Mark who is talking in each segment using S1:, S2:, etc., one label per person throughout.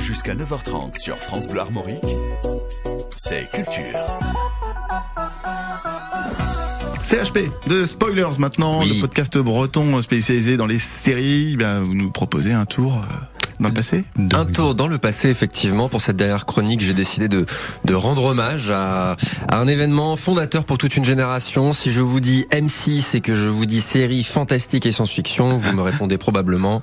S1: jusqu'à 9h30 sur France Bleu Armorique, c'est culture.
S2: CHP de Spoilers maintenant,
S3: Oui.
S2: le podcast breton spécialisé dans les séries. Ben, vous nous proposez un tour euh, dans le passé
S4: Un tour dans le passé, effectivement, pour cette dernière chronique, j'ai décidé de, de rendre hommage à, à un événement fondateur pour toute une génération. Si je vous dis M6 et que je vous dis série fantastique et science-fiction, vous me répondez probablement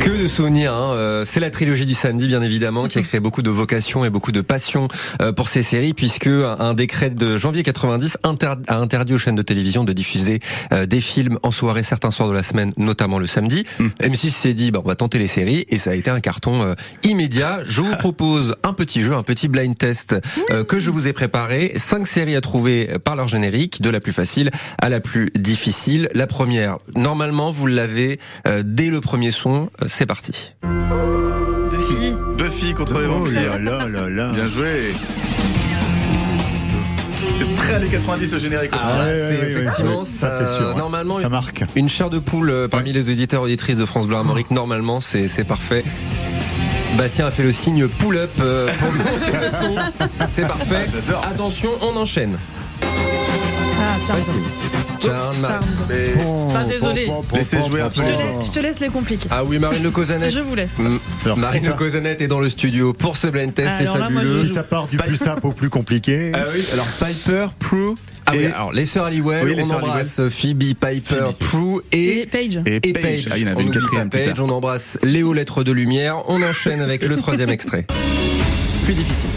S4: Que de souvenirs, hein. Euh, c'est la trilogie du samedi bien évidemment qui a créé beaucoup de vocation et beaucoup de passion euh, pour ces séries puisque un, un décret de janvier 90 inter- a interdit aux chaînes de télévision de diffuser euh, des films en soirée certains soirs de la semaine, notamment le samedi. M6 s'est dit bah, on va tenter les séries et ça a été un carton euh, immédiat. Je vous propose un petit jeu, un petit blind test euh, que je vous ai préparé. Cinq séries à trouver euh, par leur générique, de la plus facile à la plus difficile. La première, normalement vous l'avez euh, dès le premier son. Euh, C'est parti.
S5: Buffy.
S2: Buffy contre les vampires.
S3: là là là.
S2: Bien joué. C'est très années 90 au générique aussi.
S4: Ah,
S3: ouais,
S4: c'est
S3: ouais, ouais,
S4: effectivement
S3: ouais.
S4: ça.
S3: Ça, c'est sûr, ouais.
S4: Normalement,
S3: Ça marque. Oh.
S4: une chair de poule euh, parmi les auditeurs auditrices de France Bleu Armorique. Normalement, c'est c'est parfait. Bastien a fait le signe pull-up euh, pour monter le son. C'est
S3: Ah,
S4: parfait.
S2: J'adore.
S4: Attention, on enchaîne.
S5: Ah, tiens.
S4: Facile. Charmed.
S5: Charmed.
S2: Mais
S5: Enfin, désolé.
S2: Laissez jouer un peu.
S5: Je te, laisse, je te laisse les compliqués.
S4: Ah oui, Marine Le Cosanet.
S5: Je vous laisse.
S3: Alors, si
S4: Marine
S3: ça-
S4: Le Cosanet est dans le studio pour ce blind test. C'est
S5: Alors là, moi, je-
S4: fabuleux.
S3: Euh, Si ça part du plus simple au plus compliqué.
S5: Euh,
S2: Ah oui, alors Piper, Prue
S4: Ah oui,
S2: et,
S4: alors les sœurs Halliwell,
S2: Oui, les
S4: on
S2: sœurs
S4: embrasse Phoebe, Piper, Prue et
S5: Et Paige.
S2: et
S4: et
S2: Paige.
S4: Page.
S2: Ah, il y en avait
S4: on
S2: une
S4: oublie
S2: quatrième
S4: pas
S2: plus
S4: Page,
S2: tard.
S4: on embrasse Léo Lettres de Lumière. On enchaîne avec le troisième extrait. Plus difficile.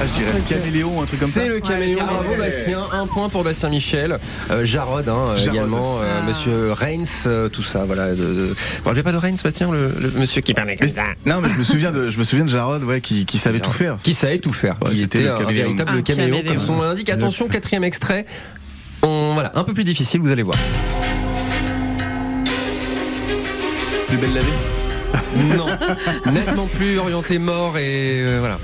S2: Ah, je dirais Caméléon, un truc comme ça.
S4: C'est le caméléon.
S5: le caméléon.
S4: Bravo Bastien. Un point pour Bastien Michel. Euh, Jarod, hein, euh,
S2: Jarod.
S4: également. euh,
S5: Ah.
S4: Monsieur Reigns, euh, tout ça. Voilà. de- de- Vous vous rappelez pas de Reigns, Bastien, le, le monsieur qui parlait comme ça
S2: Non, mais je me souviens de, je me souviens de Jarod, ouais, qui, qui savait tout faire.
S4: Qui savait tout faire.
S2: Ouais,
S4: qui
S2: c'était
S4: était
S2: le
S4: un
S2: caméléon.
S4: véritable
S5: Un
S4: caméléon,
S5: caméléon.
S4: comme son nom l'indique. Attention, quatrième extrait. On, voilà, un peu plus difficile, vous allez voir.
S2: Plus belle la vie.
S4: Non, nettement plus orienté mort et euh, voilà.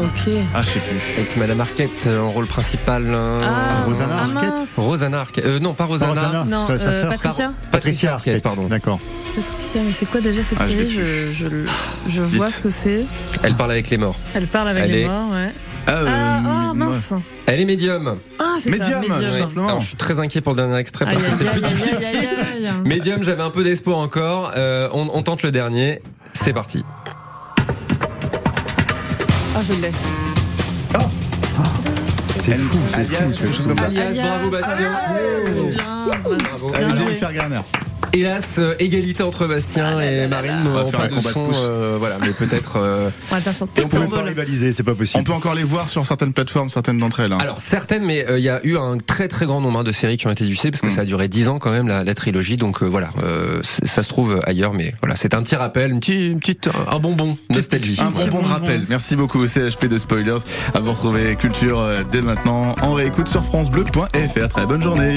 S5: Ok.
S4: Euh,
S2: Ah, je sais plus.
S4: Avec Madame Arquette euh, en rôle principal. euh,
S5: Ah,
S3: Rosanna
S5: ah,
S3: Arquette.
S5: mince.
S4: Rosanna Arquette. Euh, non, pas Rosanna.
S3: Rosanna.
S5: Non,
S3: Sa- sa
S5: euh,
S3: sœur.
S5: Patricia.
S3: Patricia
S4: Arquette,
S3: Arquette,
S4: pardon.
S3: D'accord.
S5: Patricia, mais c'est quoi déjà cette
S2: Ah, je l'ai
S5: série Je, je, je vois
S2: Vite.
S5: ce que c'est.
S4: Elle parle avec les morts.
S5: Elle parle avec
S4: Elle
S5: les
S4: est-
S5: morts, ouais.
S2: Ah, euh,
S5: Ah, oh,
S2: moi.
S5: mince.
S4: Elle est médium.
S5: Ah, c'est ça.
S2: Medium,
S5: Medium.
S2: tout simplement.
S4: Alors, je suis très inquiet pour le dernier extrait
S5: Aïe,
S4: parce que c'est
S5: aïe,
S4: le plus
S5: aïe,
S4: difficile.
S5: aïe, aïe, aïe, aïe.
S4: Médium, j'avais un peu d'espoir encore. Euh, on, on tente le dernier. C'est parti.
S5: Ah, je l'ai.
S3: C'est fou, c'est
S2: Alias,
S3: fou.
S2: quelque chose comme ça.
S4: Alias, bravo Bastien.
S5: Bien, bravo.
S4: Bravo.
S5: Ah,
S2: Avec
S5: oui.
S2: Jennifer Garner.
S4: Hélas, euh, égalité entre Bastien et Marine.
S2: va
S4: n'auront
S2: faire
S4: pas
S2: un
S4: de
S2: combat de
S4: son.
S2: pouces.
S4: euh, voilà, mais peut-être. euh,
S5: On va faire sur
S3: Et on
S5: tout
S3: peut
S5: en
S3: même pas
S5: vol.
S3: rivaliser, c'est pas
S2: On
S3: possible.
S2: peut encore les voir sur certaines plateformes, certaines d'entre elles. hein.
S4: Alors certaines, mais euh, il y a eu un très très grand nombre hein, de séries qui ont été diffusées parce que
S2: Mm.
S4: ça a duré 10 ans quand même la, la trilogie. Donc euh, voilà, euh, c'est- ça se trouve ailleurs, mais voilà, c'est un petit rappel, une petite, une petite, un bonbon nostalgie.
S2: Un bon, bon rappel. Merci beaucoup au CHP de Spoilers. À vous retrouver Culture euh, dès maintenant en réécoute sur FranceBleu.fr. Très bonne journée.